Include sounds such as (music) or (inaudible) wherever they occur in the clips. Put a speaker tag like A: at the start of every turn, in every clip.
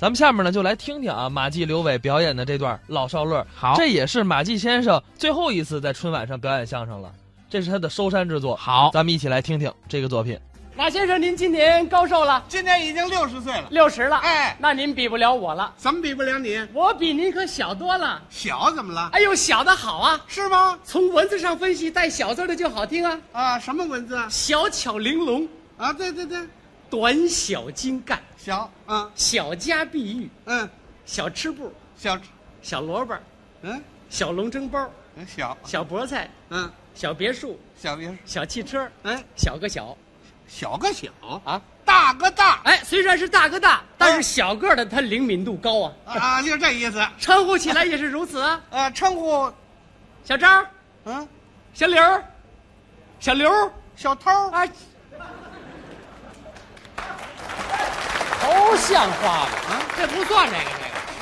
A: 咱们下面呢，就来听听啊，马季、刘伟表演的这段《老少乐》。
B: 好
A: 这也是马季先生最后一次在春晚上表演相声了，这是他的收山之作。
B: 好，
A: 咱们一起来听听这个作品。
C: 马先生，您今年高寿了？
D: 今年已经六十岁了，
C: 六十了。
D: 哎
C: 那您比不了我了，
D: 怎么比不了你？
C: 我比您可小多了。
D: 小怎么了？
C: 哎呦，小的好啊！
D: 是吗？
C: 从文字上分析，带“小”字的就好听啊。
D: 啊，什么文字啊？
C: 小巧玲珑，
D: 啊，对对对，
C: 短小精干，
D: 小，啊，
C: 小家碧玉，
D: 嗯，
C: 小吃部，
D: 小，
C: 小萝卜，
D: 嗯，
C: 小笼蒸包，
D: 嗯小，
C: 小菠菜，
D: 嗯，
C: 小别墅，
D: 小别墅，
C: 小汽车，
D: 哎，
C: 小个小
D: 小个小，
C: 啊。
D: 大个大，
C: 哎，虽然是大哥大，但是
D: 啊
C: 小个儿的他灵敏度高啊，
D: 啊，就这意思。
C: 称呼起来也是如此啊。
D: 啊，称呼，
C: 小张，
D: 嗯，
C: 小刘儿，小刘儿。
D: 小偷，
C: 啊，头像话吗？啊，这不算这个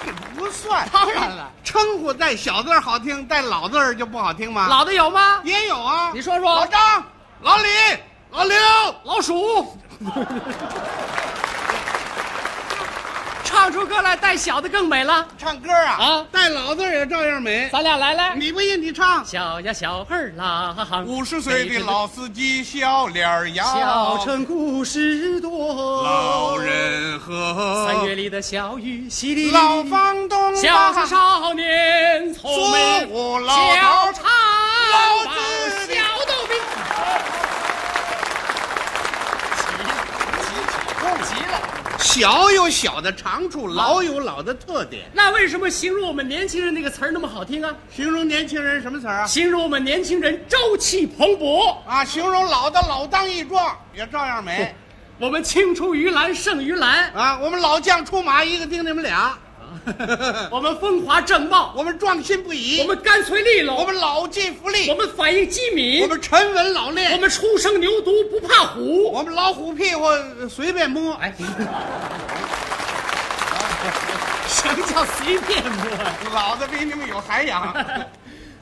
C: 这个。
D: 这不算。
C: 当然了，
D: (laughs) 称呼带小字儿好听，带老字儿就不好听吗？
C: 老的有吗？
D: 也有啊。
C: 你说说
D: 老张、老李、老刘，
C: 老鼠， (laughs) 唱出歌来带小的更美了。
D: 唱歌啊，
C: 啊
D: 带老字儿也照样美。
C: 咱俩来来，
D: 你不信你唱。
C: 小呀小二郎，
D: 五十岁的老司机笑脸儿呀，
C: 小城故事多，
D: 老人和
C: 三月里的小雨淅沥沥沥
D: 老房东啊
C: 小是少年聪
D: 苏
C: 明，
D: 武老头
C: 小长
D: 老
C: 毛
D: 子
C: 小豆兵。急了，啊
D: 小有小的长处，老有老的特点。
C: 那为什么形容我们年轻人那个词儿那么好听啊？
D: 形容年轻人什么词儿啊？
C: 形容我们年轻人朝气蓬勃，
D: 啊，形容老的老当益壮也照样美
C: 我们青出于蓝胜于蓝，
D: 啊。我们老将出马，一个盯你们
C: 啊
D: 俩。
C: 我们风华正茂，
D: (laughs) 我们壮心不
C: 我
D: 已，
C: 们干脆利落，
D: 我们老骥伏
C: 我
D: 枥，
C: 们反应机敏，
D: 我们沉稳老练，
C: 我们初生牛犊不怕虎。
D: 我们老虎屁股随便摸。哎，
C: 什么叫随便摸呀？
D: 老子比你们有
C: (laughs)
D: 涵养，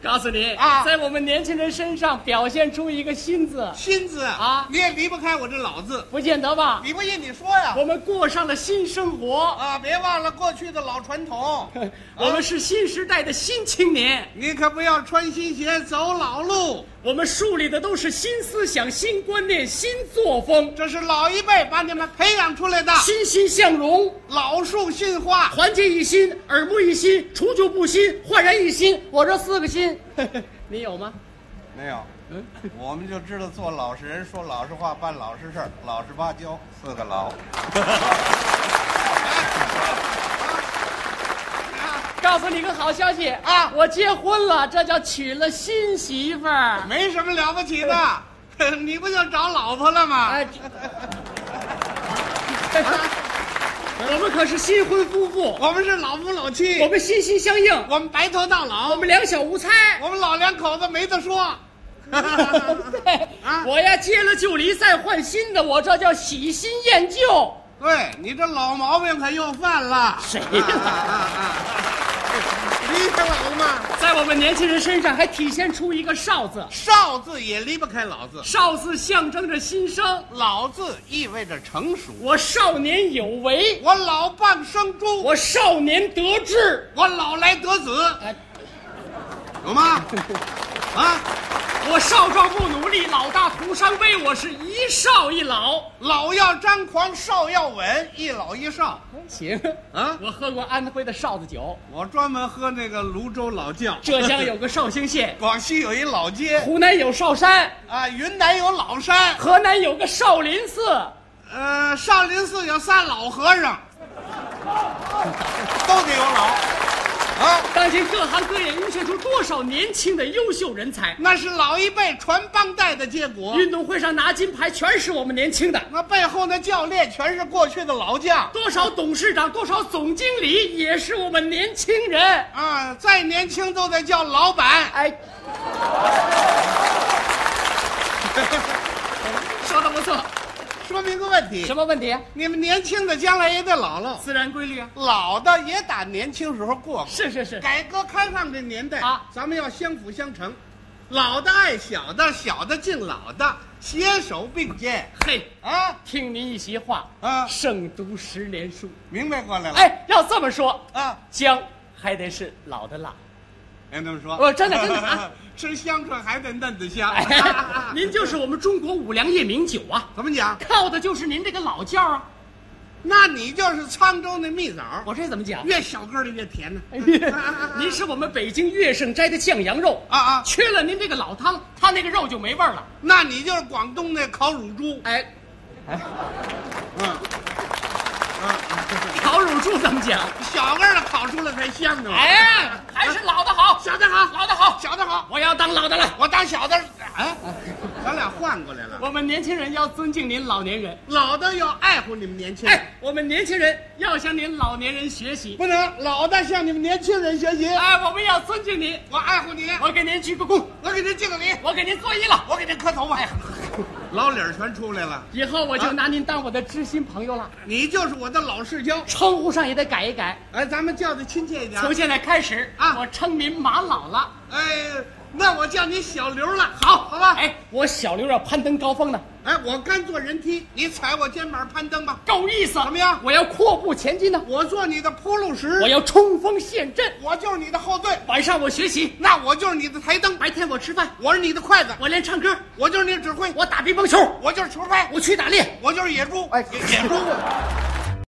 C: 告诉你
D: 啊
C: 在我们年轻人身上表现出一个“新”字，
D: 心字
C: 啊
D: 你也离不开我这老字。
C: 不见得吧？
D: 你不信你说呀？
C: 我们过上了新生活，
D: 啊，别忘了过去的老
C: (laughs)
D: 传统，
C: 我们是新时代的新青年，
D: 你可不要穿新鞋走老路，
C: 我们树立的都是新思想、新观念、新作风，
D: 这是老一辈把你们培养出来的，
C: 欣欣向荣，
D: 老树新花。
C: 团结一心，耳目一新，除旧布新，焕然一新。我这四个新， (laughs) 你有吗？
D: 没有，我们就知道做老实人，说老实话，办老实事儿，老实巴交，四个老。
C: 告诉你个好消息
D: 啊
C: 我结婚了，这叫娶了新媳妇儿。
D: 没什么了不起的， (laughs) 你不就找老婆了吗？
C: 哎， (laughs) 我们可是新婚夫妇，
D: 我们是老夫老妻，
C: 我们心心相印，
D: 我们白头到老，
C: 我们两小无猜。
D: 我们老两口子没
C: (laughs)
D: 得说。 (laughs)
C: 对，
D: 啊
C: (laughs) 我呀接了旧离，再换新的，我这叫喜新厌旧。
D: 对你这老毛病可又犯了。
C: (laughs) 谁呀
D: 啊啊啊啊！离开老子吗？
C: (laughs) 在我们年轻人身上还体现出一个“少”字，
D: 少字也离不开老字，
C: 少字象征着新生，
D: 老字意味着成熟。
C: 我少年有为，
D: 我老蚌生珠，我
C: 我少年得志，
D: 我老来得子，
C: 哎
D: 有吗？啊，
C: 我少壮不努力，老大徒伤悲，我是一少一老。
D: 老要张狂，少要稳，一老一少
C: 行，
D: 啊。
C: 我喝过安徽的哨子酒。
D: 我专门喝那个泸州老窖，
C: 浙江有个绍兴县，
D: 广西有一老街
C: 湖南有韶山，
D: 啊，云南有老山，
C: 河南有个少林寺，
D: 呃，少林寺有仨老和尚， (laughs) 都得有老啊。
C: 当今各行各业涌现出多少年轻的优秀人才？
D: 那是老一辈传帮带的结果。
C: 运动会上拿金牌全是我们年轻的，
D: 那背后的教练全是过去的老将
C: 多少董事长，多少总经理也是我们年轻人。
D: 啊，再年轻都得叫老板。
C: 哎，说的不错，
D: 说明个问题
C: 什，么问题？
D: 你们年轻的将来也得老了，
C: 自然规律啊，
D: 老的也打年轻时候过过。
C: 是是是，
D: 改革开放这年代
C: 啊
D: 咱们要相辅相成，老的爱小的，小的敬老的，携手并肩
C: 嘿，
D: 啊
C: 听您一席话
D: 啊
C: 胜读十年书。
D: 明白过来了。
C: 哎，要这么说，
D: 啊，
C: 姜还得是老的辣。
D: 别哎这么说，
C: 哦真的真的啊
D: (laughs) 吃香椿还得嫩子香。
C: 哎，您就是我们中国五粮液名酒啊，
D: (laughs) 怎么讲？
C: 靠的就是您这个老窖啊。
D: 那你就是沧州那蜜枣，
C: 我这怎
D: (laughs)
C: 么讲？
D: 越小个儿的越甜呢、
C: 您是我们北京乐盛斋的酱羊肉
D: 啊啊！
C: 缺了您这个老汤，它那个肉就没味儿了。
D: 那你就是广东那烤乳猪。
C: 哎，
D: 嗯，嗯，
C: 烤乳猪怎么讲？
D: 啊小个儿的烤出来才香呢。，
C: 哎，还是老的好，
D: 小的好，
C: 老的好，
D: 小的好，
C: 我要当老的了。
D: 我当小的。哎，咱俩换过来了。
C: 我们年轻人要尊敬您老年人，
D: 老的要爱护你们年轻人，
C: 哎，我们年轻人要向您老年人学习。
D: 不能老的向你们年轻人学习。
C: 哎，我们要尊敬您，
D: 我爱护你，
C: 我给您鞠个躬，
D: 我给您敬个礼，
C: 我给您作揖了，
D: 我给您磕头吧。老理儿全出来了，
C: 以后我就拿您当我的知心朋友了，
D: 你就是我的老世交。
C: 称呼上也得改一改。
D: 哎，咱们叫的亲切一点。
C: 从现在开始
D: 啊
C: 我称您马老了。
D: 哎，那我叫你小刘了，
C: 好，
D: 好吧？
C: 哎，我小刘要攀登高峰呢，
D: 哎，我甘做人梯，你踩我肩膀攀登吧。
C: 够意思。
D: 怎么样嗯
C: 我要阔步前进呢，
D: 我做你的铺路石，
C: 我要冲锋陷阵。
D: 我就是你的后盾，
C: 晚上我学习，
D: 那我就是你的台灯，
C: 白天我吃饭，
D: 我是你的筷子，
C: 我练唱歌，
D: 我就是你的指挥，
C: 我打乒乓球，
D: 我就是球拍，
C: 我去打猎。
D: 我就是野猪。
C: 哎
D: 野野猪，